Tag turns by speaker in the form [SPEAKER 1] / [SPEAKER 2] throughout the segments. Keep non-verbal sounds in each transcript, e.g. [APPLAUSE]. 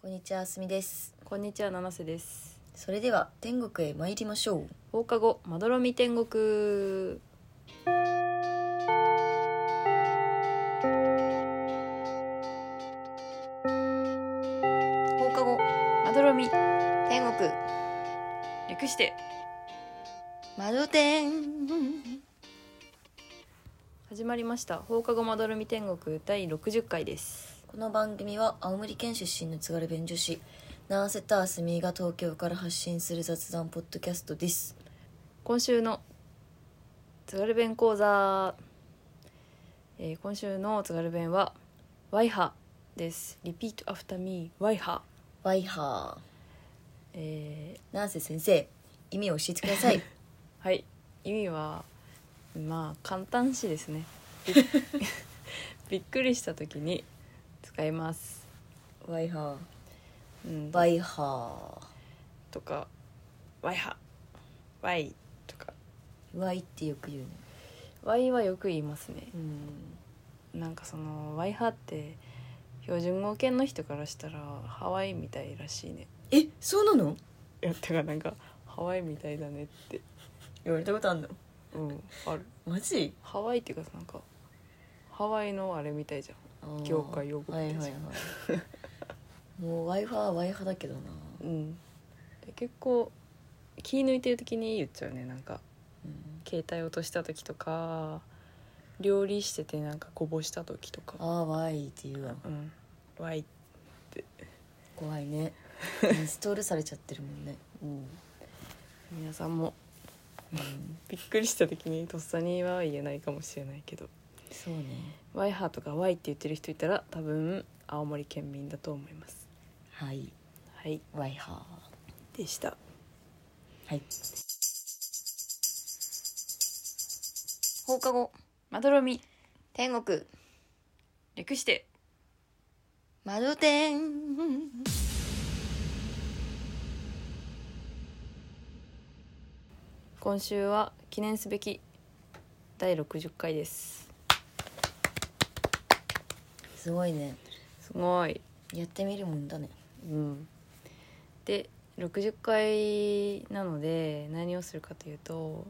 [SPEAKER 1] こんにちは、あすみです。
[SPEAKER 2] こんにちは七瀬です
[SPEAKER 1] それでは天国へ参りましょう。
[SPEAKER 2] 放課後まどろみ天国
[SPEAKER 1] 放課後
[SPEAKER 2] まどろみ
[SPEAKER 1] 天国
[SPEAKER 2] 略して
[SPEAKER 1] 窓天。
[SPEAKER 2] 始まりました放課後まどろみ天国第60回です
[SPEAKER 1] この番組は青森県出身の津軽弁女子ナーセタあすみが東京から発信する雑談ポッドキャストです。
[SPEAKER 2] 今週の津軽弁講座、えー今週の津軽弁はワイハですリピートアフターミーワイハ
[SPEAKER 1] ワイハ
[SPEAKER 2] えー
[SPEAKER 1] ー、ナーセ先生、意味を教えてください。
[SPEAKER 2] はい意味はまあ簡単詞ですねびっ [LAUGHS] びっくりした時に使います、
[SPEAKER 1] [LAUGHS] ワイハ
[SPEAKER 2] うん
[SPEAKER 1] ー、ワイハ
[SPEAKER 2] とか「ワイハ」「ワイ」とか
[SPEAKER 1] ー、ワイってよく言うね。
[SPEAKER 2] 「ワイ」はよく言いますね
[SPEAKER 1] うん。
[SPEAKER 2] なんかその「ワイハ」って標準語圏の人からしたらハワイみたいらしいね
[SPEAKER 1] え、そうなの？
[SPEAKER 2] いやてかなんかハワイみたいだねって
[SPEAKER 1] 言われたことあんの？
[SPEAKER 2] うんある
[SPEAKER 1] マジ？
[SPEAKER 2] ハワイっていうかなんかハワイのあれみたいじゃん
[SPEAKER 1] あー
[SPEAKER 2] 業界用語
[SPEAKER 1] はいはい [LAUGHS] はいもう w i イ f i w i イ f i だけどな
[SPEAKER 2] うんえ結構気抜いてる時に言っちゃうねなんか
[SPEAKER 1] うん
[SPEAKER 2] 携帯落とした時とか料理しててなんかこぼした時と
[SPEAKER 1] あ
[SPEAKER 2] か
[SPEAKER 1] あワイって言うわ
[SPEAKER 2] うんワイ
[SPEAKER 1] 怖い [LAUGHS] ねインストールされちゃってるもんね、
[SPEAKER 2] 皆さんも
[SPEAKER 1] うん、
[SPEAKER 2] びっくりした時にとっさには言えないかもしれないけど
[SPEAKER 1] そうね
[SPEAKER 2] 「ワイハー」とか「ワイ」って言ってる人いたら多分青森県民だと思います
[SPEAKER 1] はい
[SPEAKER 2] はい
[SPEAKER 1] ワイハ
[SPEAKER 2] でした
[SPEAKER 1] ーはい放課後
[SPEAKER 2] まどろみ
[SPEAKER 1] 天国
[SPEAKER 2] 略して
[SPEAKER 1] 窓天
[SPEAKER 2] 今週は記念すべき第60回です
[SPEAKER 1] すごいね
[SPEAKER 2] すごい
[SPEAKER 1] やってみるもんだね
[SPEAKER 2] うんで60回なので何をするかというと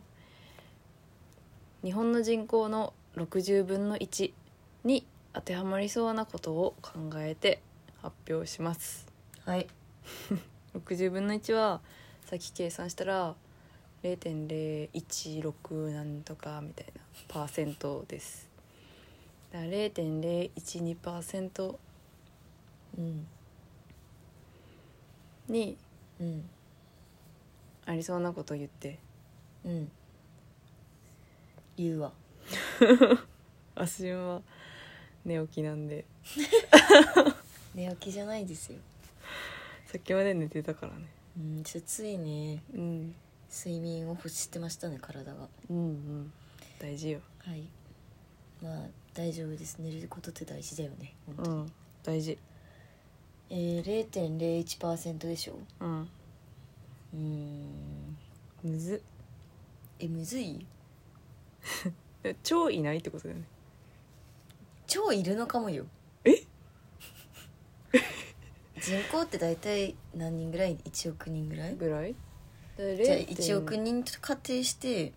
[SPEAKER 2] 日本の人口の60分の1に当てはまりそうなことを考えて発表します
[SPEAKER 1] はい
[SPEAKER 2] 60分の1はさっき計算したら0.016なんとかみたいなパーセントですだから0.012%
[SPEAKER 1] うん
[SPEAKER 2] に
[SPEAKER 1] うん
[SPEAKER 2] ありそうなことを言って
[SPEAKER 1] うん言うわ
[SPEAKER 2] あすみは寝起きなんで
[SPEAKER 1] 寝起きじゃないですよ
[SPEAKER 2] さっきまで寝てたからね
[SPEAKER 1] うんちょっとついね
[SPEAKER 2] うん
[SPEAKER 1] 睡眠を欲してましたね体が
[SPEAKER 2] うんうん大事よ
[SPEAKER 1] はいまあ大丈夫です寝ることって大事だよね本
[SPEAKER 2] う
[SPEAKER 1] 当に、
[SPEAKER 2] ん大事
[SPEAKER 1] えー、0.01%でしょ
[SPEAKER 2] うん
[SPEAKER 1] うーん
[SPEAKER 2] むず
[SPEAKER 1] えむずい
[SPEAKER 2] っ超いないってことだよね
[SPEAKER 1] 超いるのかもよ
[SPEAKER 2] え
[SPEAKER 1] 人口って大体何人ぐらい1億人ぐらい
[SPEAKER 2] ぐらい
[SPEAKER 1] じ
[SPEAKER 2] じ
[SPEAKER 1] ゃあ1億人と仮定して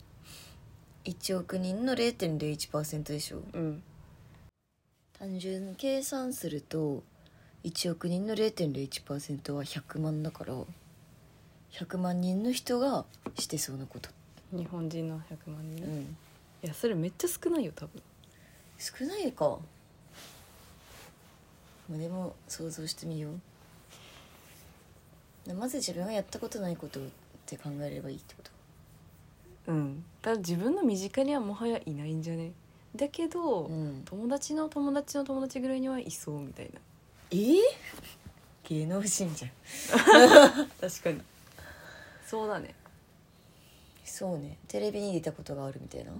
[SPEAKER 1] 1億人の0.01%でしょ
[SPEAKER 2] うん
[SPEAKER 1] 単純計算すると1億人の0.01%は100万だから100万人の人がしてそうなこと、
[SPEAKER 2] 日本人の100万人、
[SPEAKER 1] う
[SPEAKER 2] い
[SPEAKER 1] ん、
[SPEAKER 2] やそれめっちゃ少ないよ多分
[SPEAKER 1] 少ないかまあでも想像してみようまず自分がやったことないことって考えればいいってこと
[SPEAKER 2] うんだから自分の身近にはもはやいないんじゃねだけど、
[SPEAKER 1] うん
[SPEAKER 2] 友達の友達の友達ぐらいにはいそうみたいな
[SPEAKER 1] え芸能人じゃん
[SPEAKER 2] 確かにそうだね
[SPEAKER 1] そうねテレビに出たことがあるみたいな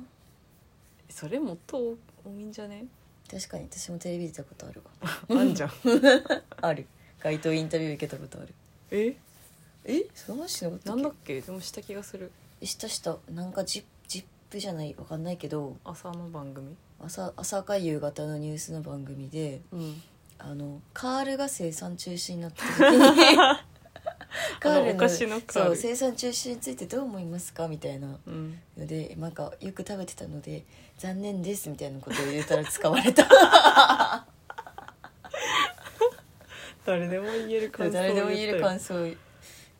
[SPEAKER 2] それもっと多いんじゃね
[SPEAKER 1] 確かに私もテレビ出たことあるわ
[SPEAKER 2] [LAUGHS] あんじゃん
[SPEAKER 1] [LAUGHS] ある街頭インタビュー受けたことある
[SPEAKER 2] [LAUGHS] え
[SPEAKER 1] えその話しなかったっ
[SPEAKER 2] な
[SPEAKER 1] け
[SPEAKER 2] んだっけでもした気がする
[SPEAKER 1] したしたなんかジジップじゃないわかんないけど
[SPEAKER 2] 朝の番組
[SPEAKER 1] 朝朝か夕方のニュースの番組で
[SPEAKER 2] うん
[SPEAKER 1] あのカールが生産中止になった時に [LAUGHS] カール
[SPEAKER 2] お
[SPEAKER 1] の
[SPEAKER 2] 菓子のカー
[SPEAKER 1] そ
[SPEAKER 2] ル
[SPEAKER 1] う生産中止についてどう思いますかみたいな
[SPEAKER 2] うん、
[SPEAKER 1] のでなんかよく食べてたので残念ですみたいなことを言ったら使わ [LAUGHS] れた
[SPEAKER 2] 誰でも言える感想
[SPEAKER 1] 誰でも言える感
[SPEAKER 2] 想
[SPEAKER 1] 想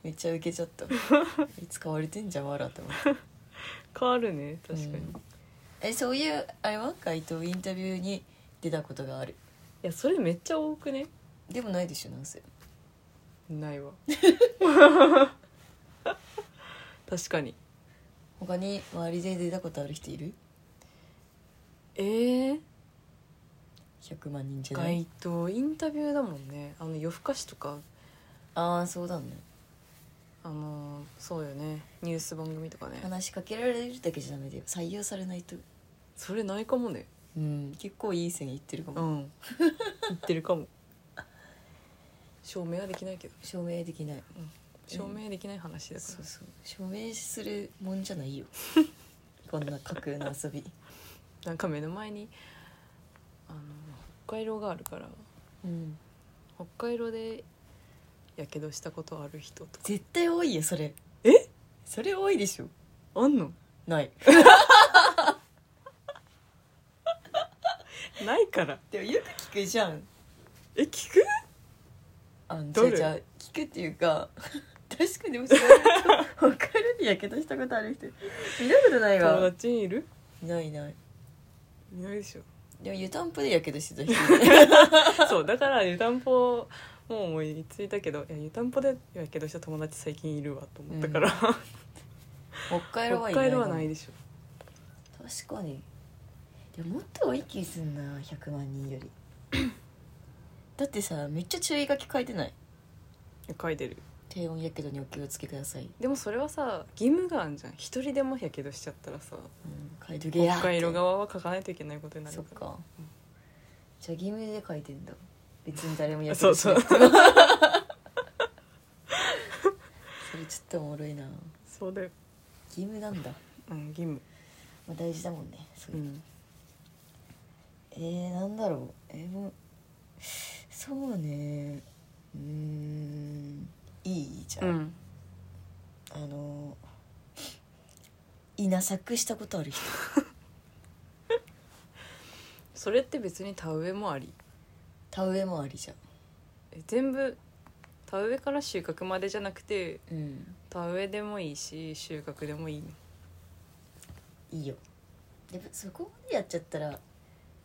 [SPEAKER 1] めっちゃウケちゃった [LAUGHS] 使われてんじゃんわらって思って
[SPEAKER 2] 変わるね確かに、
[SPEAKER 1] う
[SPEAKER 2] い
[SPEAKER 1] んえそういうあれは回答インタビューに出たことがある
[SPEAKER 2] やそれめっちゃ多くね
[SPEAKER 1] でもないでしょなんせ
[SPEAKER 2] ないわ確かに
[SPEAKER 1] 他に周りで出たことある人いる
[SPEAKER 2] えー、
[SPEAKER 1] 100万人じゃない
[SPEAKER 2] 街頭インタビューだもんねあの夜更かしとか
[SPEAKER 1] ああそうだね
[SPEAKER 2] あのーそうよねニュース番組とかね
[SPEAKER 1] 話しかけられるだけじゃダメで採用されないと
[SPEAKER 2] それないかもね
[SPEAKER 1] うん結構いい線いってるかも、
[SPEAKER 2] うん
[SPEAKER 1] [LAUGHS]
[SPEAKER 2] 言ってるかも証明はできないけど
[SPEAKER 1] 証明できない
[SPEAKER 2] 証明できない話だか
[SPEAKER 1] そ
[SPEAKER 2] ら
[SPEAKER 1] う、そう証明するもんじゃない [LAUGHS] よこんな架空の遊び
[SPEAKER 2] なんか目の前にあの北海道があるから
[SPEAKER 1] うん
[SPEAKER 2] 北海道でやけどしたことある人とか
[SPEAKER 1] 絶対多いよそれ
[SPEAKER 2] え
[SPEAKER 1] それ多いでしょ
[SPEAKER 2] あんの
[SPEAKER 1] ない
[SPEAKER 2] ないから
[SPEAKER 1] でもよく聞くじゃん
[SPEAKER 2] え聞く
[SPEAKER 1] あの
[SPEAKER 2] どれ
[SPEAKER 1] じゃあじゃあ聞くっていうか [LAUGHS] 確かにでもそういう人北海道でやけどしたことある人見たことない
[SPEAKER 2] 友
[SPEAKER 1] わ
[SPEAKER 2] 達にいる
[SPEAKER 1] ないない
[SPEAKER 2] いないでしょ
[SPEAKER 1] でも湯たんぽでやけどしてた人
[SPEAKER 2] [LAUGHS] そうだから湯たんぽもう思いついたけどいや湯たんぽでやけどした友達最近いるわと思ったから、
[SPEAKER 1] 北海道はい
[SPEAKER 2] 北
[SPEAKER 1] ない
[SPEAKER 2] 海
[SPEAKER 1] な
[SPEAKER 2] 道はないでしょ
[SPEAKER 1] 確かにでももっと多い気すんな100万人よ
[SPEAKER 2] [COUGHS]
[SPEAKER 1] りだってさめっちゃ注意書き書いてない
[SPEAKER 2] いや書いてる
[SPEAKER 1] 低温やけどにお気をつけください、
[SPEAKER 2] でもそれはさ義務があるじゃん一人でもやけどしちゃったらさ
[SPEAKER 1] うん、書いとけや
[SPEAKER 2] 北海道側は書かないといけないことになる
[SPEAKER 1] そっ
[SPEAKER 2] から
[SPEAKER 1] かじゃあ義務で書いてんだ別に誰もやけ
[SPEAKER 2] そ
[SPEAKER 1] ど
[SPEAKER 2] う
[SPEAKER 1] し
[SPEAKER 2] そ
[SPEAKER 1] な
[SPEAKER 2] う
[SPEAKER 1] く
[SPEAKER 2] [LAUGHS]
[SPEAKER 1] てもそれちょっとおもろいな
[SPEAKER 2] そうだよ
[SPEAKER 1] 義務なんだ、
[SPEAKER 2] うん義務
[SPEAKER 1] まあ、大事だもんねそう
[SPEAKER 2] う
[SPEAKER 1] いうの
[SPEAKER 2] ん
[SPEAKER 1] えー、なんだろうえー、もうそうねうーんいいじゃ、
[SPEAKER 2] うんん
[SPEAKER 1] あの稲作したことある人
[SPEAKER 2] それって別に田植えもあり
[SPEAKER 1] 田植えもありじゃん
[SPEAKER 2] え全部田植えから収穫までじゃなくて
[SPEAKER 1] うん
[SPEAKER 2] 田植えでもいいし収穫でもいいの
[SPEAKER 1] いいよでもそこまでやっちゃったら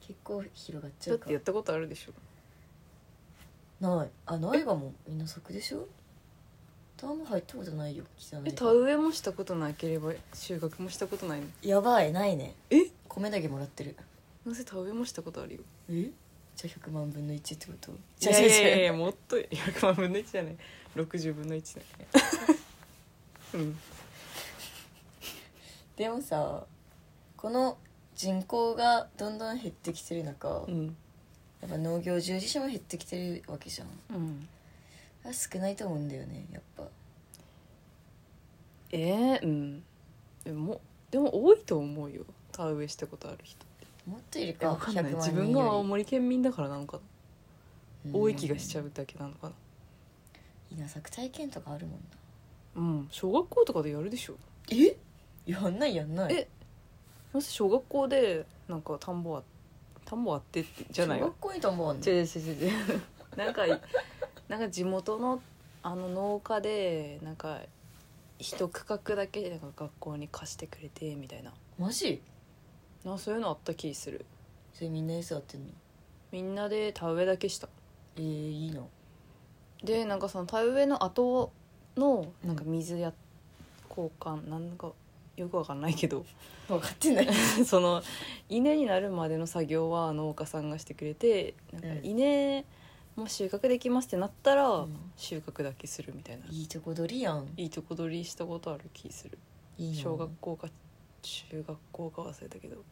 [SPEAKER 1] 結構広がっちゃ
[SPEAKER 2] だっ
[SPEAKER 1] うか
[SPEAKER 2] てやったことあるでしょ
[SPEAKER 1] ないあないがもう稲作でしょ田んぼ入ったことないよ汚
[SPEAKER 2] え
[SPEAKER 1] い
[SPEAKER 2] 田植えもしたことなければ収穫もしたことないの
[SPEAKER 1] やばいないね
[SPEAKER 2] え
[SPEAKER 1] 米だけもらってる
[SPEAKER 2] なぜ田植えもしたことあるよ
[SPEAKER 1] えじゃあ100万分の1ってこと
[SPEAKER 2] い
[SPEAKER 1] じゃ
[SPEAKER 2] や
[SPEAKER 1] じゃ
[SPEAKER 2] いやい
[SPEAKER 1] じ
[SPEAKER 2] やもっと100万分の1じゃない60分の1だ
[SPEAKER 1] [LAUGHS]
[SPEAKER 2] ねうん
[SPEAKER 1] ゃでもさこの人口がどんどん減ってきてる中、
[SPEAKER 2] うん
[SPEAKER 1] やっぱ農業従事者も減ってきてるわけじゃん
[SPEAKER 2] うん
[SPEAKER 1] あ少ないと思うんだよねやっぱ
[SPEAKER 2] えー、うんでもでも多いと思うよ田植えしたことある人
[SPEAKER 1] もっといる
[SPEAKER 2] え
[SPEAKER 1] か
[SPEAKER 2] わかんない
[SPEAKER 1] 100万
[SPEAKER 2] 自
[SPEAKER 1] 人
[SPEAKER 2] 分が青
[SPEAKER 1] よ
[SPEAKER 2] 森県民だからなのかな
[SPEAKER 1] り
[SPEAKER 2] 多い気がしちゃ
[SPEAKER 1] う
[SPEAKER 2] うだけなのかなん
[SPEAKER 1] 稲作体験とかあるもんな
[SPEAKER 2] うん小学校とかでやるでしょ
[SPEAKER 1] えやんないやんない
[SPEAKER 2] えもし小学校でなんか田んぼは田んぼあってってじゃない
[SPEAKER 1] 小
[SPEAKER 2] よ
[SPEAKER 1] 学校にと思うの
[SPEAKER 2] 違う違う違う違う [LAUGHS] なんかなんか地元のあの農家でなんか一区画だけなんか学校に貸してくれてみたいな
[SPEAKER 1] マジ
[SPEAKER 2] なんかそういうのあった気する
[SPEAKER 1] それみんな餌やってんの
[SPEAKER 2] みんなで田植えだけした
[SPEAKER 1] えー、いいな
[SPEAKER 2] でなんかその田植えの後の
[SPEAKER 1] うん
[SPEAKER 2] なんか水や交換なんかよくわかんないけど
[SPEAKER 1] 分かってない
[SPEAKER 2] [LAUGHS] その稲になるまでの作業は農家さんがしてくれてなんか
[SPEAKER 1] うん
[SPEAKER 2] 稲も収穫できますってなったら、
[SPEAKER 1] うん
[SPEAKER 2] 収穫だけするみたいない
[SPEAKER 1] いとこ取りやん
[SPEAKER 2] いいとこ取りしたことある気する
[SPEAKER 1] いいな
[SPEAKER 2] 小学校か中学校か忘れたけど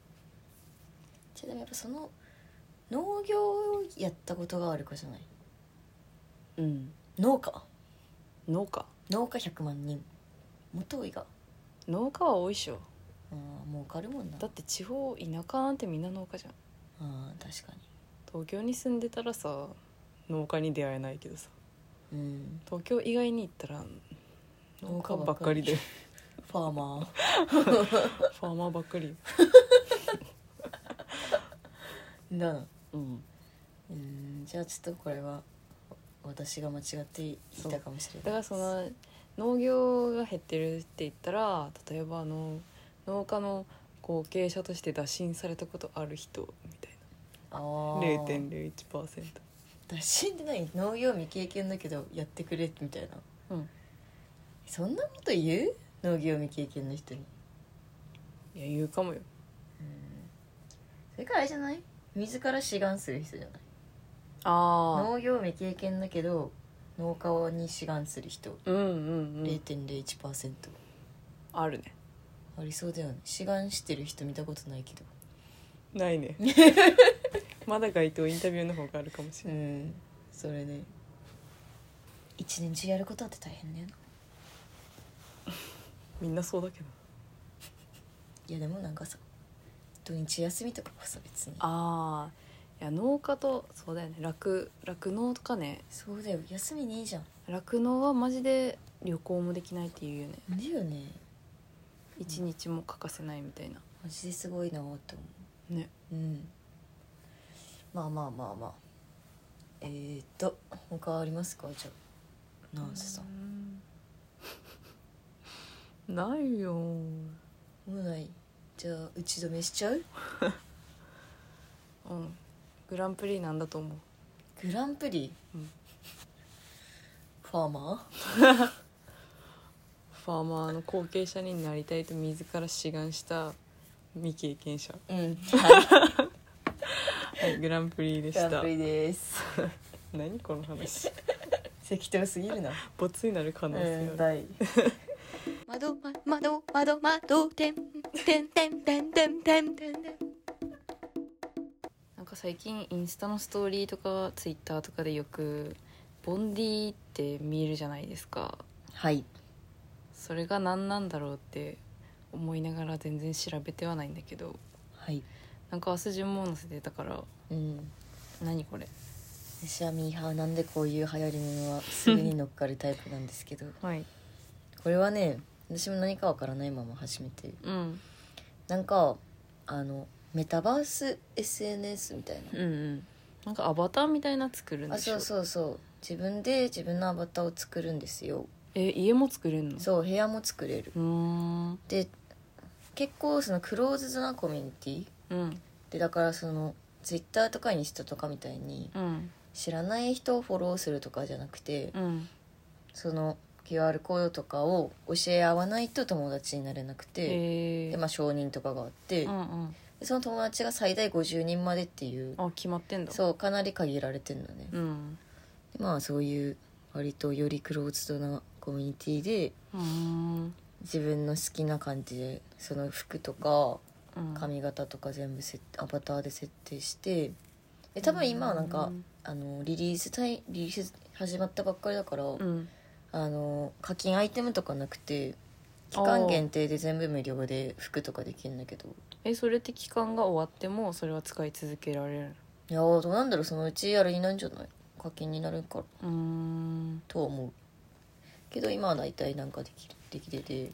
[SPEAKER 1] じゃあでもやっぱその農業をやったことがあるかじゃない
[SPEAKER 2] うん
[SPEAKER 1] 農家
[SPEAKER 2] 農家
[SPEAKER 1] 農家100万人もっと多いが
[SPEAKER 2] 農家は多いっしょ
[SPEAKER 1] ああもうかるもんな
[SPEAKER 2] だって地方田舎なんてみんな農家じゃん
[SPEAKER 1] ああ確かに
[SPEAKER 2] 東京に住んでたらさ農家に出会えないけどさ
[SPEAKER 1] うん
[SPEAKER 2] 東京以外に行ったら農家ばっかりで
[SPEAKER 1] ファーマー
[SPEAKER 2] [LAUGHS] ファーマーばっかり
[SPEAKER 1] だな
[SPEAKER 2] うん
[SPEAKER 1] うんじゃあちょっとこれは私が間違っていたかもしれない
[SPEAKER 2] だからその農業が減ってるって言ったら例えばあの農家の後継者として打診されたことある人みたい
[SPEAKER 1] あ
[SPEAKER 2] な
[SPEAKER 1] ー
[SPEAKER 2] 0.01%
[SPEAKER 1] だ死んでない農業未経験だけどやってくれみたいな
[SPEAKER 2] うん
[SPEAKER 1] そんなこと言う農業未経験の人に
[SPEAKER 2] いや言うかもよ
[SPEAKER 1] それからあれじゃない自ら志願する人じゃない
[SPEAKER 2] あ
[SPEAKER 1] 農業未経験だけど農家に志願する人
[SPEAKER 2] あうんうんうん
[SPEAKER 1] 0.01%、
[SPEAKER 2] あるね
[SPEAKER 1] ありそうだよね志願してる人見たことないけど
[SPEAKER 2] ない [LAUGHS] ねまだ街頭インタビューの方があるかもしれない
[SPEAKER 1] んそれね一年中やることだって大変だよな
[SPEAKER 2] みんなそうだけど
[SPEAKER 1] いやでもなんかさ土日休みとかはさ別に
[SPEAKER 2] ああいや農家とそうだよね酪酪農とかね
[SPEAKER 1] そうだよ休みねえじゃん
[SPEAKER 2] 酪農はマジで旅行もできないっていうよね
[SPEAKER 1] だよね
[SPEAKER 2] 一日も欠かせないみたいな
[SPEAKER 1] マジですごいなと思う
[SPEAKER 2] ね
[SPEAKER 1] うんまあまあまあまあえー、っと他ありますかじゃあナースさん
[SPEAKER 2] んないようん
[SPEAKER 1] もうないじゃあ打ち止めしちゃう
[SPEAKER 2] グランプリなんだと思う
[SPEAKER 1] グランプリ、
[SPEAKER 2] うん
[SPEAKER 1] ファーマ
[SPEAKER 2] ファーマーの後継者になりたいと自ら志願した未経験者
[SPEAKER 1] ーうんはい
[SPEAKER 2] はいグランプリでし
[SPEAKER 1] グラン
[SPEAKER 2] た
[SPEAKER 1] プリです
[SPEAKER 2] 何この話
[SPEAKER 1] 適当すぎるな
[SPEAKER 2] 没になる可能性ある
[SPEAKER 1] 大
[SPEAKER 3] 窓ま窓窓窓てんてんてんてんてんてんてんてん
[SPEAKER 2] なんか最近インスタのストーリーとかツイッターとかでよくボンディって見えるじゃないですか
[SPEAKER 1] はい
[SPEAKER 2] それが何なんだろうって思いながら全然調べてはないんだけど
[SPEAKER 1] はい
[SPEAKER 2] なんか明日順も載せてたから
[SPEAKER 1] うん
[SPEAKER 2] 何これ
[SPEAKER 1] 私はミーハーなんでこういう流行りものはすぐに乗っかるタイプなんですけど
[SPEAKER 2] はい
[SPEAKER 1] これはね私も何かわからないまま始めて
[SPEAKER 2] うん
[SPEAKER 1] なんかあのメタバース SNS みたい
[SPEAKER 2] うんうんなんかアバターみたいな作るん
[SPEAKER 1] なあ
[SPEAKER 2] でし
[SPEAKER 1] そ
[SPEAKER 2] ょ
[SPEAKER 1] うそうそう自分で自分のアバターを作るんですよ
[SPEAKER 2] え家も作れんの
[SPEAKER 1] そう部屋も作れる
[SPEAKER 2] うーん
[SPEAKER 1] で結構そのクローズドなコミュニティ
[SPEAKER 2] うん
[SPEAKER 1] でだからそのツイッターとかインスタとかみたいに
[SPEAKER 2] うん
[SPEAKER 1] 知らない人をフォローするとかじゃなくて
[SPEAKER 2] うん
[SPEAKER 1] その QR コードとかを教え合わないと友達になれなくて、
[SPEAKER 2] え
[SPEAKER 1] でまあ承認とかがあって、
[SPEAKER 2] うんうん
[SPEAKER 1] でその友達が最大50人までっていう
[SPEAKER 2] あ決まってんだ
[SPEAKER 1] そうかなり限られてるのね、
[SPEAKER 2] うん
[SPEAKER 1] でまあそういう割とよりクローズドなコミュニティで
[SPEAKER 2] うーん
[SPEAKER 1] 自分の好きな感じでその服とか
[SPEAKER 2] うん
[SPEAKER 1] 髪型とか全部せアバターで設定してで多分今はなんか、あのリリースタイリリース始まったばっかりだから、
[SPEAKER 2] うん
[SPEAKER 1] あの課金アイテムとかなくて期間限定で全部無料で服とかできるんだけど
[SPEAKER 2] えそれって期間が終わってもそれは使い続けられる
[SPEAKER 1] いやーどうなんだろうそのうちあれになるんじゃない課金になるから
[SPEAKER 2] うーん
[SPEAKER 1] とは思うけど今は大体なんかできるできてて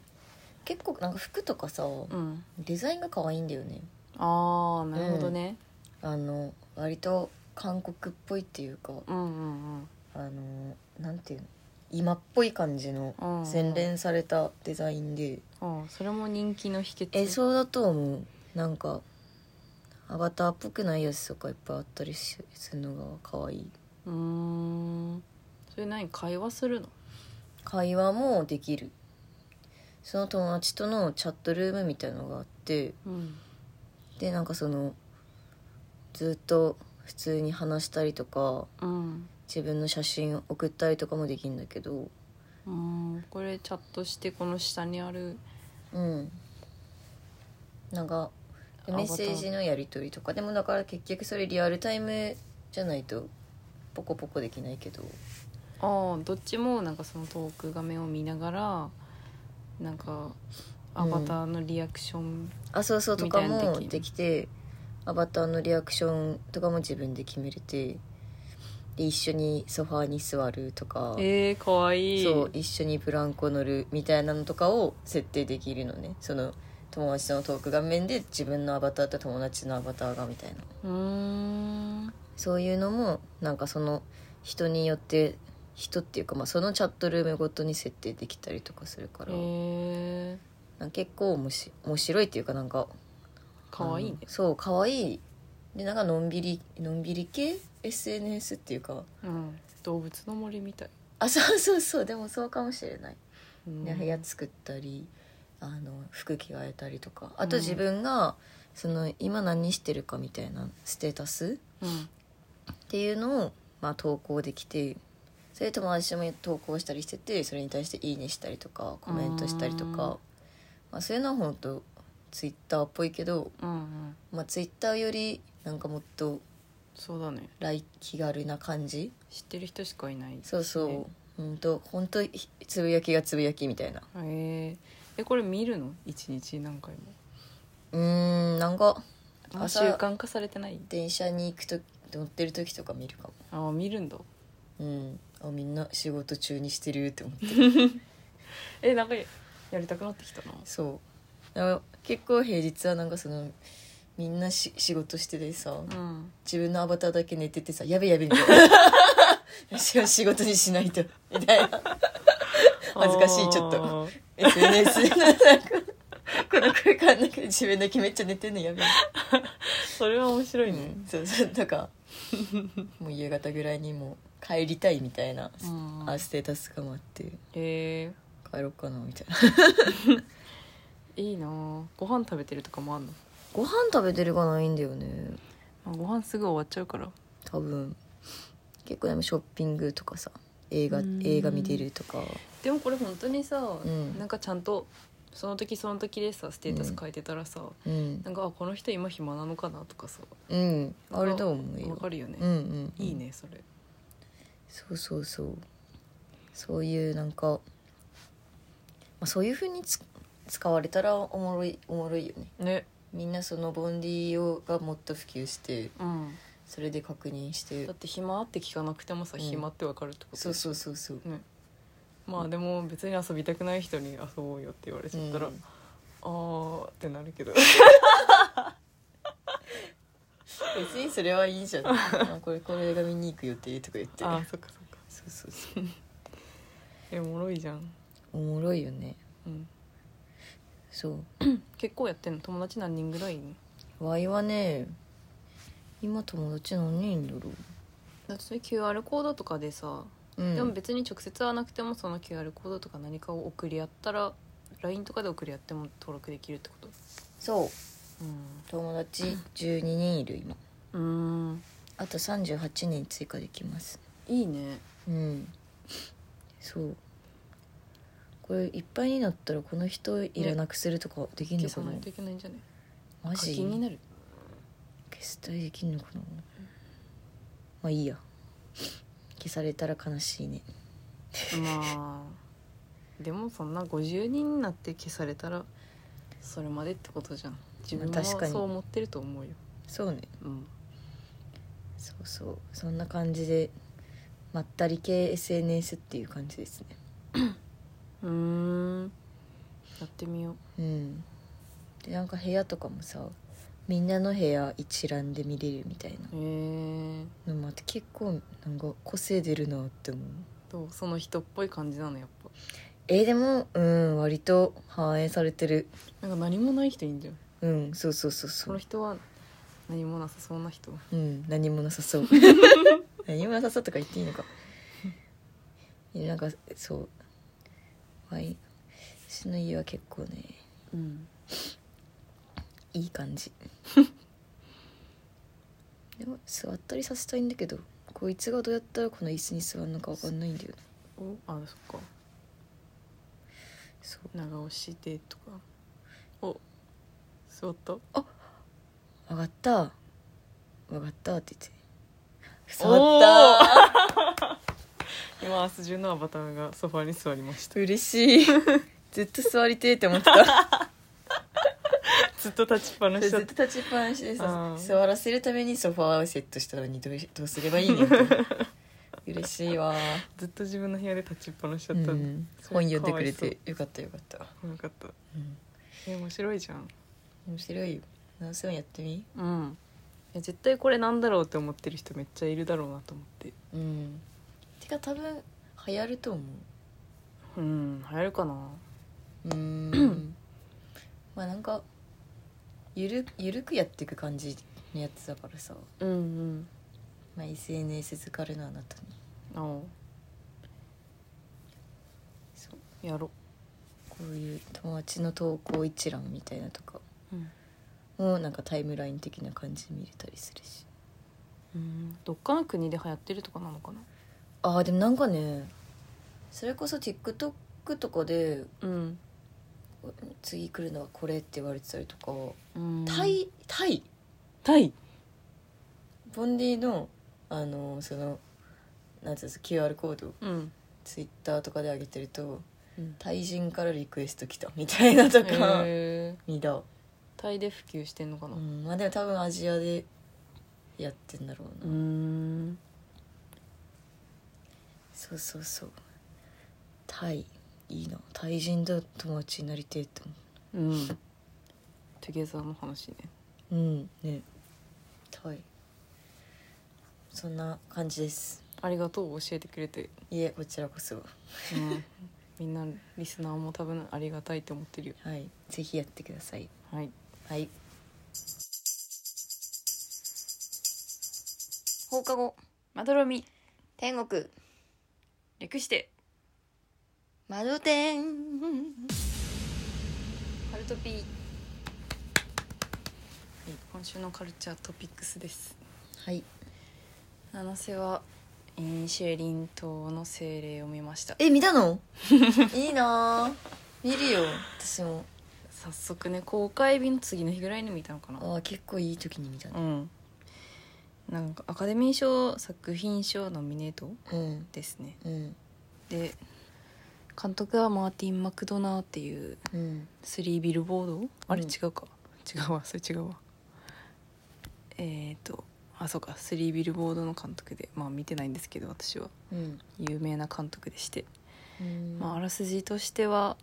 [SPEAKER 1] 結構なんか服とかさ
[SPEAKER 2] うん
[SPEAKER 1] デザインが可愛いんだよね
[SPEAKER 2] ああなるほどね、
[SPEAKER 1] あの割と韓国っぽいっていうか
[SPEAKER 2] うん、うん
[SPEAKER 1] あのなんていうの今っぽい感じの
[SPEAKER 2] うんうん
[SPEAKER 1] 洗練されたデザインで、
[SPEAKER 2] ああそれも人気の秘訣
[SPEAKER 1] えそうだと思うなんかアバターっぽくないやつとかいっぱいあったりしするのが可愛いう
[SPEAKER 2] ーんそれ何会話するの
[SPEAKER 1] 会話もできるその友達とのチャットルームみたいのがあって
[SPEAKER 2] うん
[SPEAKER 1] でなんかそのずっと普通に話したりとか
[SPEAKER 2] うん
[SPEAKER 1] 自分の写真送ったりとかもできるんだけど
[SPEAKER 2] うーんこれチャットしてこの下にある
[SPEAKER 1] うんなんか
[SPEAKER 2] アバター
[SPEAKER 1] メッセージのやり取りとかでもだから結局それリアルタイムじゃないとポコポコできないけど
[SPEAKER 2] ああどっちもなんかそのトーク画面を見ながらなんかアバターのリアクション
[SPEAKER 1] あそうそうとか
[SPEAKER 2] みたいな
[SPEAKER 1] も
[SPEAKER 2] 的な
[SPEAKER 1] できてアバターのリアクションとかも自分で決めれてでで一緒にソファーに座るとか、
[SPEAKER 2] えー、かわいい
[SPEAKER 1] そう一緒にブランコ乗るみたいなのとかを設定できるのねその友達とのトーク画面で自分のアバターと友達のアバターがみたいな
[SPEAKER 2] うーん
[SPEAKER 1] そういうのもなんかその人によって人っていうか、まあ、そのチャットルームごとに設定できたりとかするから、
[SPEAKER 2] え
[SPEAKER 1] なんか結構おもし面白いっていうかなんか
[SPEAKER 2] ー、かわいいね
[SPEAKER 1] あのそうかわいいでなんかのんびりのんびり系 SNS っていうか
[SPEAKER 2] うん動物の森みたい、
[SPEAKER 1] あそうそうそうでもそうかもしれない、
[SPEAKER 2] うん
[SPEAKER 1] ね部屋作ったりあの服着替えたりとかあと
[SPEAKER 2] うん
[SPEAKER 1] 自分がその今何してるかみたいなステータス
[SPEAKER 2] うん
[SPEAKER 1] っていうのを、まあ、投稿できてそれで友達も投稿したりしててそれに対して「いいね」したりとかコメントしたりと
[SPEAKER 2] うん
[SPEAKER 1] か、まあ、そういうのは本当ツイッターっぽいけど、
[SPEAKER 2] うんうん
[SPEAKER 1] まあ、ツイッターよりなんかもっと
[SPEAKER 2] そうだね
[SPEAKER 1] 来気軽な感じ
[SPEAKER 2] 知ってる人しかいない
[SPEAKER 1] そう
[SPEAKER 2] ね
[SPEAKER 1] そう本当本当つぶやきがつぶやきみたいな
[SPEAKER 2] へええこれ見るの一日何回も
[SPEAKER 1] うーんなんか
[SPEAKER 2] あ習
[SPEAKER 1] 朝
[SPEAKER 2] 慣化されてない
[SPEAKER 1] 電車に行く時乗ってる時とか見るかも
[SPEAKER 2] あ見るんだ
[SPEAKER 1] うんあみんな仕事中にしてるって思って
[SPEAKER 2] えなんかやりたくなってきたな
[SPEAKER 1] そうだから結構平日はなんかそのみんなし仕事しててさ、
[SPEAKER 2] うん
[SPEAKER 1] 自分のアバターだけ寝ててさやべやべみたいな [LAUGHS] 私は仕事にしないとみたいな恥ずかしいちょっと
[SPEAKER 2] あー
[SPEAKER 1] SNS でなんかこの空間の中で自分だけめっちゃ寝てんのやべ
[SPEAKER 2] それは面白
[SPEAKER 1] え、
[SPEAKER 2] いね、
[SPEAKER 1] そうそうと
[SPEAKER 2] [LAUGHS]
[SPEAKER 1] かもう夕方ぐらいにもう帰りたいみたいな、
[SPEAKER 2] うん
[SPEAKER 1] あステータスがもあって
[SPEAKER 2] え
[SPEAKER 1] 帰ろうかなみたいな
[SPEAKER 2] ー、いいなーご飯食べてるとかもあんの、
[SPEAKER 1] [LAUGHS] ご飯食べてるがないんだよね
[SPEAKER 2] まあ、ご飯すぐ終わっちゃうから
[SPEAKER 1] 多分結構でもショッピングとかさ映画
[SPEAKER 2] うん
[SPEAKER 1] 映画見てるとか
[SPEAKER 2] でもこれ本当にさ、
[SPEAKER 1] うん
[SPEAKER 2] なんかちゃんとその時その時でさステータス変えてたらさ、
[SPEAKER 1] うん、
[SPEAKER 2] なんかあこの人今暇なのかなとかさ
[SPEAKER 1] うん、あれと思う
[SPEAKER 2] わ
[SPEAKER 1] よ
[SPEAKER 2] かるよね、
[SPEAKER 1] うんうんうん
[SPEAKER 2] いいねそれ
[SPEAKER 1] そうそうそうそういうなんか、まあ、そういうふうにつ使われたらおもろいおもろいよね
[SPEAKER 2] ね
[SPEAKER 1] みんなそのボンディをがもっと普及して
[SPEAKER 2] うん
[SPEAKER 1] それで確認して
[SPEAKER 2] だって暇って聞かなくてもさ、
[SPEAKER 1] うん
[SPEAKER 2] 暇ってわかるってこと
[SPEAKER 1] そう
[SPEAKER 2] でしょ
[SPEAKER 1] そうそうそう
[SPEAKER 2] ねまあでも別に遊びたくない人に遊ぼうよって言われちゃったら、
[SPEAKER 1] うん
[SPEAKER 2] あーってなるけ [LAUGHS] ど
[SPEAKER 1] 別にそれはいい
[SPEAKER 2] [LAUGHS]
[SPEAKER 1] じゃんあこれこれ映画見に行く予定とか言って
[SPEAKER 2] あーそっかそっか
[SPEAKER 1] そうそうそう
[SPEAKER 2] えおもろいじゃん、
[SPEAKER 1] おもろいよね
[SPEAKER 2] うん、
[SPEAKER 1] そう
[SPEAKER 2] 結構やってんの友達何人ぐらいいんの
[SPEAKER 1] ワイはね今友達何人いんだろ
[SPEAKER 2] だってそれ QR コードとかでさ、
[SPEAKER 1] う、うん、
[SPEAKER 2] でも別に直接会わなくてもその QR コードとか何かを送り合ったら LINE とかで送り合っても登録できるってこと
[SPEAKER 1] そう
[SPEAKER 2] う
[SPEAKER 1] 友達12人いる今
[SPEAKER 2] んうん
[SPEAKER 1] あと38人追加できます
[SPEAKER 2] いいね
[SPEAKER 1] うんそうこれいっぱいになったらこの人いらなくするとかできん
[SPEAKER 2] 消
[SPEAKER 1] のか
[SPEAKER 2] さ
[SPEAKER 1] な、
[SPEAKER 2] ないといけないんじゃない
[SPEAKER 1] マ
[SPEAKER 2] 課
[SPEAKER 1] ジ
[SPEAKER 2] 金に
[SPEAKER 1] 決
[SPEAKER 2] なる
[SPEAKER 1] 済できんのかなまあいいや消されたら悲しいね
[SPEAKER 2] まあでもそんな50人になって消されたらそれまでってことじゃん自分
[SPEAKER 1] まあ確か
[SPEAKER 2] も
[SPEAKER 1] に
[SPEAKER 2] そう思ってると思うよ、
[SPEAKER 1] そうね
[SPEAKER 2] うん、
[SPEAKER 1] そうそうそんな感じでまったり系 SNS っていう感じですね
[SPEAKER 2] うーんやってみよう
[SPEAKER 1] うんでなんか部屋とかもさみんなの部屋一覧で見れるみたい
[SPEAKER 2] へえ
[SPEAKER 1] なのもあって結構なんか個性出るなって思う
[SPEAKER 2] どうその人っぽい感じなのやっぱ
[SPEAKER 1] えーでもうん割と反映されてる
[SPEAKER 2] なんか何もない人いいんじゃん
[SPEAKER 1] うんそうそうそう
[SPEAKER 2] そ
[SPEAKER 1] そ
[SPEAKER 2] の
[SPEAKER 1] う
[SPEAKER 2] 人は何もなさそうな人
[SPEAKER 1] うん何もなさそう何もなさそうとか言っていいのかえなんかそうはい私の家は結構ね
[SPEAKER 2] うん
[SPEAKER 1] いい感じ [LAUGHS] でも座ったりさせたいんだけどこいつがどうやったらこの椅子に座るのかわかんないんだよね
[SPEAKER 2] おあそっか
[SPEAKER 1] そう
[SPEAKER 2] 長押しでとかお座った
[SPEAKER 1] 「上がった上がった」って言って「座
[SPEAKER 2] お
[SPEAKER 1] っ
[SPEAKER 2] 今アース中のアバターがソファーに座りました
[SPEAKER 1] た嬉しい [LAUGHS] ずっと座りてえって思って
[SPEAKER 2] [LAUGHS]
[SPEAKER 1] た
[SPEAKER 2] ずっと立ちっぱなし
[SPEAKER 1] ず
[SPEAKER 2] だっ
[SPEAKER 1] っと立ちっぱなしで
[SPEAKER 2] あ
[SPEAKER 1] さ
[SPEAKER 2] ー
[SPEAKER 1] 座らせるためにソファーをセットしたのにどうしどうすればいいねんって嬉しいわ、
[SPEAKER 2] ずっと自分の部屋で立ちっぱなしちゃ
[SPEAKER 1] う
[SPEAKER 2] った、
[SPEAKER 1] ん、
[SPEAKER 2] そ
[SPEAKER 1] 本
[SPEAKER 2] れ
[SPEAKER 1] 読んでくれ
[SPEAKER 2] かわい
[SPEAKER 1] てよかったよかった、
[SPEAKER 2] そうよかった
[SPEAKER 1] うん、
[SPEAKER 2] え面白いじゃん
[SPEAKER 1] 面白いよ直せんやってみ
[SPEAKER 2] うんいや絶対これなんだろうって思ってる人めっちゃいるだろうなと思って
[SPEAKER 1] うんてか多分流行ると思
[SPEAKER 2] うん流行るかな
[SPEAKER 1] ううーん [CLEARS THROAT] まあなんかゆるゆるくやっていく感じのやつだからさ、
[SPEAKER 2] うんうん
[SPEAKER 1] まあ、SNS 疲れのあなたに
[SPEAKER 2] あお
[SPEAKER 1] そう
[SPEAKER 2] やろ
[SPEAKER 1] こういう友達の投稿一覧みたいなとか
[SPEAKER 2] う、うん
[SPEAKER 1] もなんかタイムライン的な感じで見れたりするし
[SPEAKER 2] うん、どっかの国で流行ってるとかなのかな
[SPEAKER 1] あーでもなんかねそれこそ TikTok とかで
[SPEAKER 2] うん、
[SPEAKER 1] 次来るのはこれって言われてたりとか、
[SPEAKER 2] うん、
[SPEAKER 1] タイタイ
[SPEAKER 2] タイ
[SPEAKER 1] ボンディのあのそのなんていうんですか QR コード
[SPEAKER 2] うん
[SPEAKER 1] ツイッターとかで上げてると
[SPEAKER 2] うん
[SPEAKER 1] タイ人からリクエスト来たみたいなとか
[SPEAKER 2] へー
[SPEAKER 1] 見た、
[SPEAKER 2] タイで普及してんのかな
[SPEAKER 1] うん、まあでも多分アジアでやってんだろうな、
[SPEAKER 2] ん
[SPEAKER 1] そうそうそうタイいいなタイ人と友達になりてえと
[SPEAKER 2] うんトゥゲザーの話ね
[SPEAKER 1] 思ううんねタイそんな感じです
[SPEAKER 2] ありがとう教えてくれて、
[SPEAKER 1] いえこちらこそ
[SPEAKER 2] うん、みんなリスナーも多分ありがたいと思ってるよ
[SPEAKER 1] はいぜひやってください
[SPEAKER 2] はい
[SPEAKER 1] はい
[SPEAKER 3] 放課後
[SPEAKER 2] まどろみ
[SPEAKER 3] 天国
[SPEAKER 2] 略して
[SPEAKER 3] 窓天
[SPEAKER 2] カルトピー、はい、今週のカルチャートピックスです
[SPEAKER 1] はい
[SPEAKER 2] 七瀬はインシェリン島の精霊を見ました
[SPEAKER 1] え見た
[SPEAKER 2] [LAUGHS]
[SPEAKER 1] のいいなぁ見るよ私も
[SPEAKER 2] 早速ね公開日の次の日ぐらいに見たのかな
[SPEAKER 1] ああ結構いい時に見た
[SPEAKER 2] う
[SPEAKER 1] ね
[SPEAKER 2] んなんかアカデミー賞作品賞ノミネート
[SPEAKER 1] うん
[SPEAKER 2] ですね
[SPEAKER 1] うん
[SPEAKER 2] で監督はマーティン・マクドナーっていう
[SPEAKER 1] うん
[SPEAKER 2] スリービルボードあれ
[SPEAKER 1] うん
[SPEAKER 2] 違うか、違うわそれ違うわえっ、とあそうかスリービルボードの監督でまあ見てないんですけど私は
[SPEAKER 1] うん
[SPEAKER 2] 有名な監督でして、
[SPEAKER 1] うん
[SPEAKER 2] まあ、あらすじとしては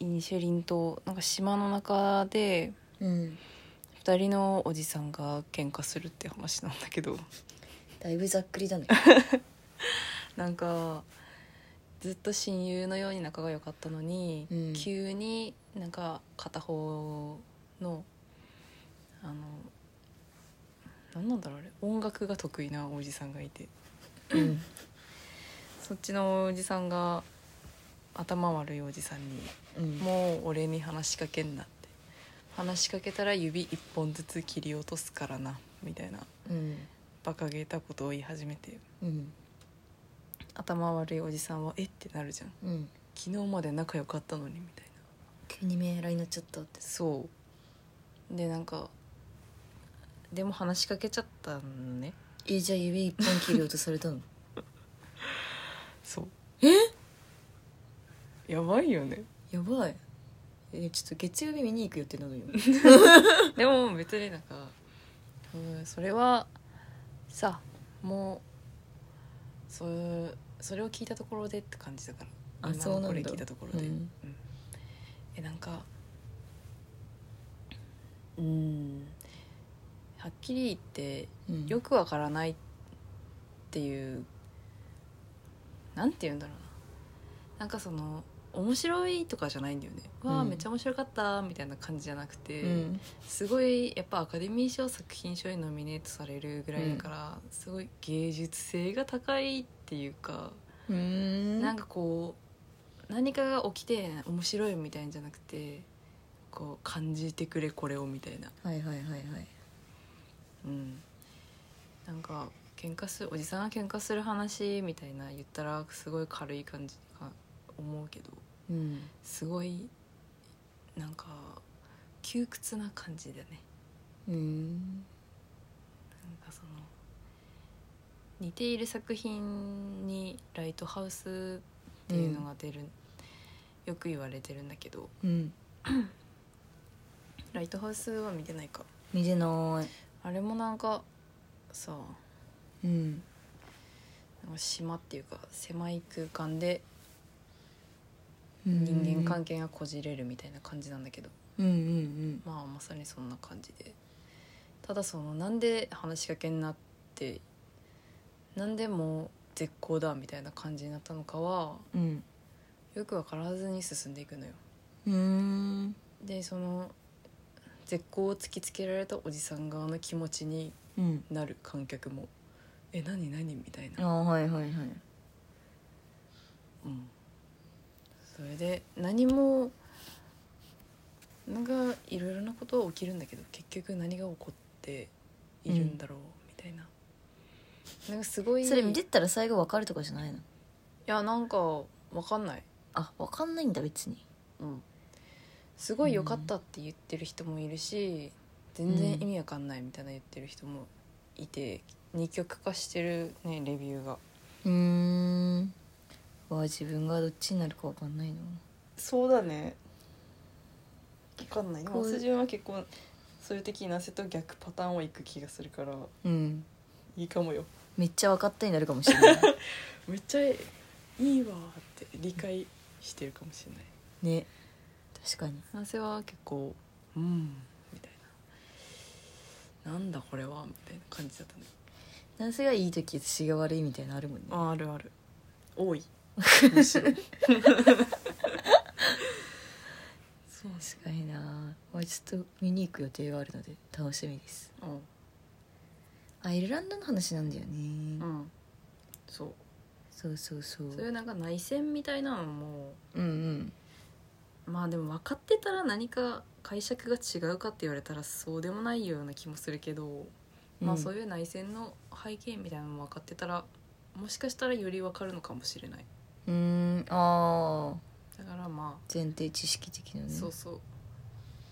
[SPEAKER 2] イニシェリン島なんか島の中で
[SPEAKER 1] うん
[SPEAKER 2] 2人のおじさんが喧嘩するって話なんだけど
[SPEAKER 1] だいぶざっくり
[SPEAKER 2] [LAUGHS]
[SPEAKER 1] だね
[SPEAKER 2] なんかずっと親友のように仲が良かったのに、
[SPEAKER 1] うん
[SPEAKER 2] 急になんか片方のあの何なんだろうあれ音楽が得意なおじさんがいて
[SPEAKER 1] うん
[SPEAKER 2] [LAUGHS] そっちのおじさんが頭悪いおじさんに
[SPEAKER 1] うん
[SPEAKER 2] 「もう俺に話しかけんな」って「話しかけたら指一本ずつ切り落とすからな」みたいな
[SPEAKER 1] うん
[SPEAKER 2] 馬鹿げたことを言い始めて
[SPEAKER 1] うん
[SPEAKER 2] 頭悪いおじさんは「えっ?」てなるじゃん。
[SPEAKER 1] うん
[SPEAKER 2] 昨日まで仲良かったのにみたいな
[SPEAKER 1] 急にメンヘラになっちゃったって
[SPEAKER 2] そうでなんかでも話しかけちゃったのね
[SPEAKER 1] えじゃあ指一本切り落とされたの
[SPEAKER 2] そうえやばいよね
[SPEAKER 1] やばいえちょっと月曜日見に行く予定なのよ
[SPEAKER 2] でも別になんかうんそれはさもうそうそれを聞いたところでって感じだから
[SPEAKER 1] あ
[SPEAKER 2] 今の
[SPEAKER 1] そうなんだ
[SPEAKER 2] これ聞いたところで、
[SPEAKER 1] うん
[SPEAKER 2] えなんかうんはっきり言って
[SPEAKER 1] うん
[SPEAKER 2] よくわからないっていうなんて言うんだろうななんかその面白いとかじゃないんだよね、わあ
[SPEAKER 1] うん
[SPEAKER 2] めっちゃ面白かったみたいな感じじゃなくて、
[SPEAKER 1] うん
[SPEAKER 2] すごいやっぱアカデミー賞作品賞にノミネートされるぐらいだから、すごい芸術性が高いっていうか、
[SPEAKER 1] うーん
[SPEAKER 2] なんかこう何かが起きて面白いみたいんじゃなくてこう感じてくれこれをみたいな
[SPEAKER 1] はいはいはいはい
[SPEAKER 2] うん、なんか喧嘩するおじさんが喧嘩する話みたいな言ったらすごい軽い感じか思うけど
[SPEAKER 1] うん
[SPEAKER 2] すごいなんか窮屈な感じだね
[SPEAKER 1] うん
[SPEAKER 2] なんかその似ている作品に「ライトハウス」っていうのが出る、よく言われてるんだけど
[SPEAKER 1] うん
[SPEAKER 2] 「ライトハウス」は見てないか
[SPEAKER 1] 見てな
[SPEAKER 2] あれもなんかさ
[SPEAKER 1] いうん
[SPEAKER 2] 島っていうか狭い空間で
[SPEAKER 1] うん
[SPEAKER 2] 人間関係がこじれるみたいな感じなんだけど、
[SPEAKER 1] うんうん
[SPEAKER 2] まあまさにそんな感じでただそのなんで話しかけになってなんでもう絶好だみたいな感じになったのかは
[SPEAKER 1] うん
[SPEAKER 2] よく分からずに進んでいくのよ
[SPEAKER 1] うんうん
[SPEAKER 2] でその絶好を突きつけられたおじさん側の気持ちに
[SPEAKER 1] うん
[SPEAKER 2] なる観客も「え何何?」みたい
[SPEAKER 1] あ
[SPEAKER 2] な、
[SPEAKER 1] ーはいはいはい
[SPEAKER 2] うん、それで何もなんかいろいろなことは起きるんだけど結局何が起こっているんだろう、みたいななんかすごい
[SPEAKER 1] それ見てったら最後わかるとかじゃないの
[SPEAKER 2] いやなんかわかんない、
[SPEAKER 1] あわかんないんだ別に
[SPEAKER 2] うん、すごい良かったって言ってる人もいるし、全然意味わかんないみたいな言ってる人もいて二極化してるねレビューが
[SPEAKER 1] うーんわあ自分がどっちになるかわかんないの
[SPEAKER 2] そうだね分かんない
[SPEAKER 1] こう
[SPEAKER 2] 自分は結構そういう的なせと逆パターンをいく気がするから
[SPEAKER 1] うん
[SPEAKER 2] いいかもよ
[SPEAKER 1] めっちゃ分かったになるかもしれない [LAUGHS]
[SPEAKER 2] めっちゃいいわって理解してるかもしれない
[SPEAKER 1] ね確かに
[SPEAKER 2] 男性は結構「うん」みたいな「なんだこれは」みたいな感じだったね
[SPEAKER 1] 男性がいい時私が悪いみたいなのあるもんね
[SPEAKER 2] ああるある多いむしろそう
[SPEAKER 1] 確かになまあちょっと見に行く予定があるので楽しみですアイルランドの話なんだよね、
[SPEAKER 2] うん、うん、そう
[SPEAKER 1] そうそうそう
[SPEAKER 2] そういうなんか内戦みたいなのも
[SPEAKER 1] うんうん
[SPEAKER 2] まあでも分かってたら何か解釈が違うかって言われたらそうでもないような気もするけど、まあそう
[SPEAKER 1] い
[SPEAKER 2] いう内戦の背景みたいなのも分かってたらもしかしたらより分かるのかもしれない
[SPEAKER 1] うんうんああ
[SPEAKER 2] だからまあ、
[SPEAKER 1] 前提知識的なね
[SPEAKER 2] そうそう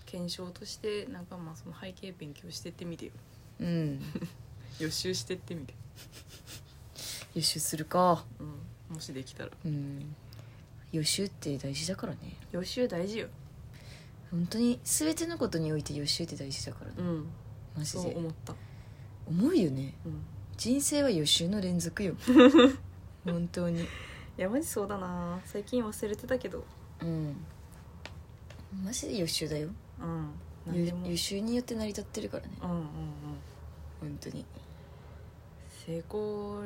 [SPEAKER 2] 検証としてなんかまあその背景勉強してってみてよ
[SPEAKER 1] うん
[SPEAKER 2] 予習してってみて、
[SPEAKER 1] [LAUGHS] 予習するか
[SPEAKER 2] うん、もしできたら
[SPEAKER 1] うん予習って大事だからね
[SPEAKER 2] 予習大事よ
[SPEAKER 1] 本当に全てのことにおいて予習って大事だからね
[SPEAKER 2] うん
[SPEAKER 1] マジ
[SPEAKER 2] そ
[SPEAKER 1] で
[SPEAKER 2] う思った、
[SPEAKER 1] 思うよね
[SPEAKER 2] うん、い
[SPEAKER 1] 人生は予習の連続 [LAUGHS] よ本当に
[SPEAKER 2] やマジそうだな最近忘れてたけど
[SPEAKER 1] うんマジで予習だよ
[SPEAKER 2] うん何
[SPEAKER 1] 予
[SPEAKER 2] でも
[SPEAKER 1] 予習によって成り立ってるからね
[SPEAKER 2] うんうんうん
[SPEAKER 1] 本当に
[SPEAKER 2] 成功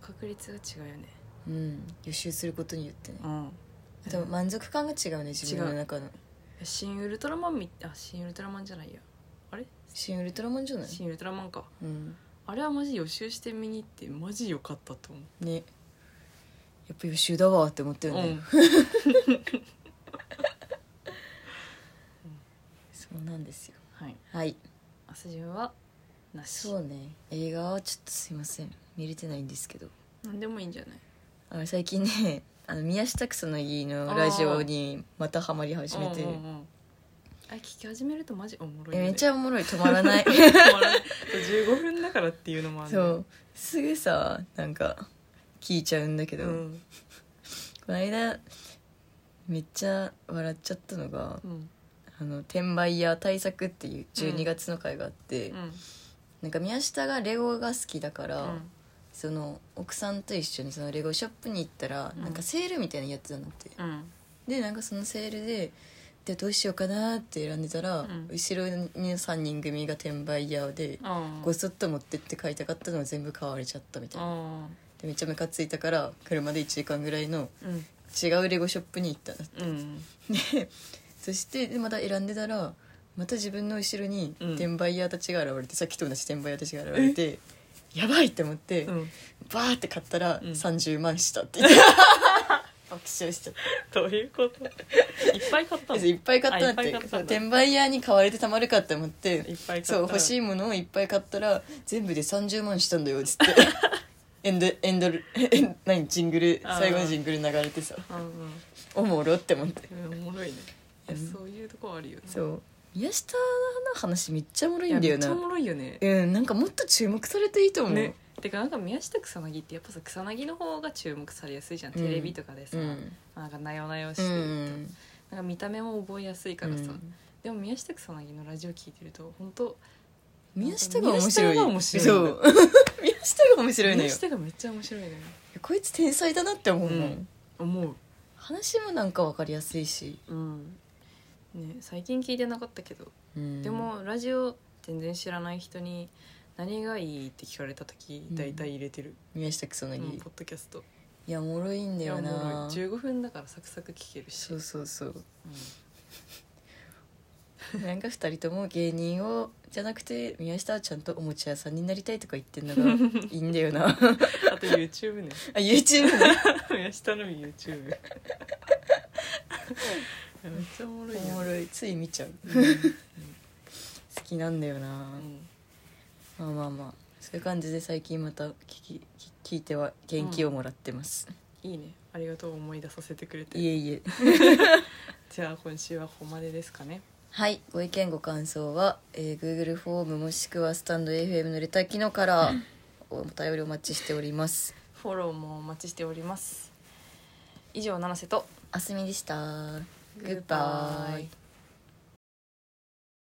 [SPEAKER 2] 確率が違うよね
[SPEAKER 1] うん予習することによってね
[SPEAKER 2] ん
[SPEAKER 1] あと満足感が違うね自分の中の
[SPEAKER 2] 新ウルトラマンみあ新ウルトラマンじゃないやあれ
[SPEAKER 1] 新ウルトラマンじゃない
[SPEAKER 2] 新ウルトラマンか
[SPEAKER 1] うん
[SPEAKER 2] あれはマジ予習して見に行ってマジ良かったと思う
[SPEAKER 1] ねやっぱ予習だわって思ったよね、
[SPEAKER 2] うん
[SPEAKER 1] そうなんですよ
[SPEAKER 2] はい
[SPEAKER 1] はい
[SPEAKER 2] 明日順はなし
[SPEAKER 1] そうね映画はちょっとすいません見れてないんですけど
[SPEAKER 2] 何でもいいんじゃない
[SPEAKER 1] あの最近ね [LAUGHS] あの宮下草薙のラジオにまたハマり始めて
[SPEAKER 2] うんうんうんあれ聞き始めるとマジおもろい
[SPEAKER 1] え
[SPEAKER 2] よね
[SPEAKER 1] めっ
[SPEAKER 2] [LAUGHS]
[SPEAKER 1] ちゃおもろい止まらない
[SPEAKER 2] 止まらない15分だからっていうのもあるね
[SPEAKER 1] そうすぐさなんか聞いちゃうんだけど、
[SPEAKER 2] うん
[SPEAKER 1] この間めっちゃ笑っちゃったのが
[SPEAKER 2] うん
[SPEAKER 1] あの転売屋対策っていう12月の回があって、
[SPEAKER 2] うん
[SPEAKER 1] なんか宮下がレゴが好きだから、
[SPEAKER 2] うん
[SPEAKER 1] その奥さんと一緒にそのレゴショップに行ったら、
[SPEAKER 2] うん
[SPEAKER 1] なんかセールみたいなやつだなって
[SPEAKER 2] うん
[SPEAKER 1] でなんかそのセールででどうしようかなって選んでたら、
[SPEAKER 2] うん
[SPEAKER 1] 後ろに3人組が転売屋で、
[SPEAKER 2] うん
[SPEAKER 1] ごそっと持ってって買いたかったのを全部買われちゃったみたいな、
[SPEAKER 2] うん
[SPEAKER 1] でめっちゃムカついたから車で1時間ぐらいの
[SPEAKER 2] うん
[SPEAKER 1] 違うレゴショップに行ったんだ
[SPEAKER 2] うん
[SPEAKER 1] でそしてでまた選んでたらまた自分の後ろに
[SPEAKER 2] うん
[SPEAKER 1] 転売ヤーたちが現れて、さっきと同じ転売ヤーたちが現れてやばいって思って、
[SPEAKER 2] うん
[SPEAKER 1] バーって買ったら
[SPEAKER 2] うん
[SPEAKER 1] 30万した
[SPEAKER 2] [LAUGHS]
[SPEAKER 1] って言って、爆笑しちゃっ
[SPEAKER 2] どういうこといっぱい買ったたの
[SPEAKER 1] いっぱい買ったんだ
[SPEAKER 2] あ
[SPEAKER 1] っ
[SPEAKER 2] い
[SPEAKER 1] て
[SPEAKER 2] っぱい買ったんだ
[SPEAKER 1] 転売ヤーに買われてたまるかって思って
[SPEAKER 2] いっぱい買った
[SPEAKER 1] そう欲しいものをいっぱい買ったら全部で30万したんだよっ
[SPEAKER 2] [LAUGHS]
[SPEAKER 1] つってエンドエンドルえ何ジングル
[SPEAKER 2] あー
[SPEAKER 1] 最後のジングル流れてさ
[SPEAKER 2] う
[SPEAKER 1] おもろって思って
[SPEAKER 2] んうんおもろいねいや
[SPEAKER 1] うん
[SPEAKER 2] そういうとこあるよね
[SPEAKER 1] そう宮下の話めっちゃおもろ
[SPEAKER 2] い
[SPEAKER 1] い
[SPEAKER 2] や
[SPEAKER 1] んだ
[SPEAKER 2] め
[SPEAKER 1] よ
[SPEAKER 2] っちゃお
[SPEAKER 1] な
[SPEAKER 2] もろいよね
[SPEAKER 1] うんなんかもっと注目されていいと思う、
[SPEAKER 2] ねてかなんか宮下草薙ってやっぱさ草薙の方が注目されやすいじゃん、
[SPEAKER 1] うん
[SPEAKER 2] テレビとかで
[SPEAKER 1] う
[SPEAKER 2] さ、
[SPEAKER 1] ん
[SPEAKER 2] なんかなよなよし
[SPEAKER 1] う
[SPEAKER 2] て
[SPEAKER 1] ん
[SPEAKER 2] る
[SPEAKER 1] う
[SPEAKER 2] と、
[SPEAKER 1] ん
[SPEAKER 2] なんか見た目も覚えやすいからさ、
[SPEAKER 1] うん
[SPEAKER 2] でも宮下草薙のラジオ聞いてると本当
[SPEAKER 1] 宮下が面白い
[SPEAKER 2] 宮下が面白い
[SPEAKER 1] そう [LAUGHS] 宮下が面白いの
[SPEAKER 2] 目
[SPEAKER 1] よ
[SPEAKER 2] 下がめっちゃ面白いのよ
[SPEAKER 1] こいつ天才だなって思うもん、
[SPEAKER 2] うん思
[SPEAKER 1] 話もなんか分かりやすいし、
[SPEAKER 2] ううんね最近聞いてなかったけど、
[SPEAKER 1] うん
[SPEAKER 2] でもラジオ全然知らない人に何がいいって聞かれた時
[SPEAKER 1] うん
[SPEAKER 2] 大体入れてる、
[SPEAKER 1] 宮下草
[SPEAKER 2] う
[SPEAKER 1] 薙、
[SPEAKER 2] ん
[SPEAKER 1] い
[SPEAKER 2] ポッドキャスト
[SPEAKER 1] やおもろいんだ
[SPEAKER 2] いや
[SPEAKER 1] よ
[SPEAKER 2] おもろ
[SPEAKER 1] ない
[SPEAKER 2] 15分だからサクサク聞けるし
[SPEAKER 1] そうそうそう
[SPEAKER 2] うん
[SPEAKER 1] なんか2人とも芸人をじゃなくて宮下はちゃんとおもちゃ屋さんになりたいとか言ってんのがいいんだよ [LAUGHS] なあ
[SPEAKER 2] あと YouTube ね [LAUGHS]
[SPEAKER 1] YouTube ね
[SPEAKER 2] 宮下のみ
[SPEAKER 1] [LAUGHS]
[SPEAKER 2] YouTube いやめっちゃおもろい
[SPEAKER 1] おも
[SPEAKER 2] よ、
[SPEAKER 1] ろいつい見ちゃう好きなんだよな
[SPEAKER 2] う、ん
[SPEAKER 1] まあまあまあそういう感じで最近また聞き聞聞いては元気をもらってます、
[SPEAKER 2] いいねありがとう思い出させてくれて
[SPEAKER 1] いえいえ
[SPEAKER 2] じゃあ今週はここまでですかね
[SPEAKER 1] はいご意見ご感想は、えー Google フォームもしくはスタンド FM のレター機能からお便りお待ちしております
[SPEAKER 2] フォローもお待ちしております以上七瀬と
[SPEAKER 1] あすみでしたグッバイ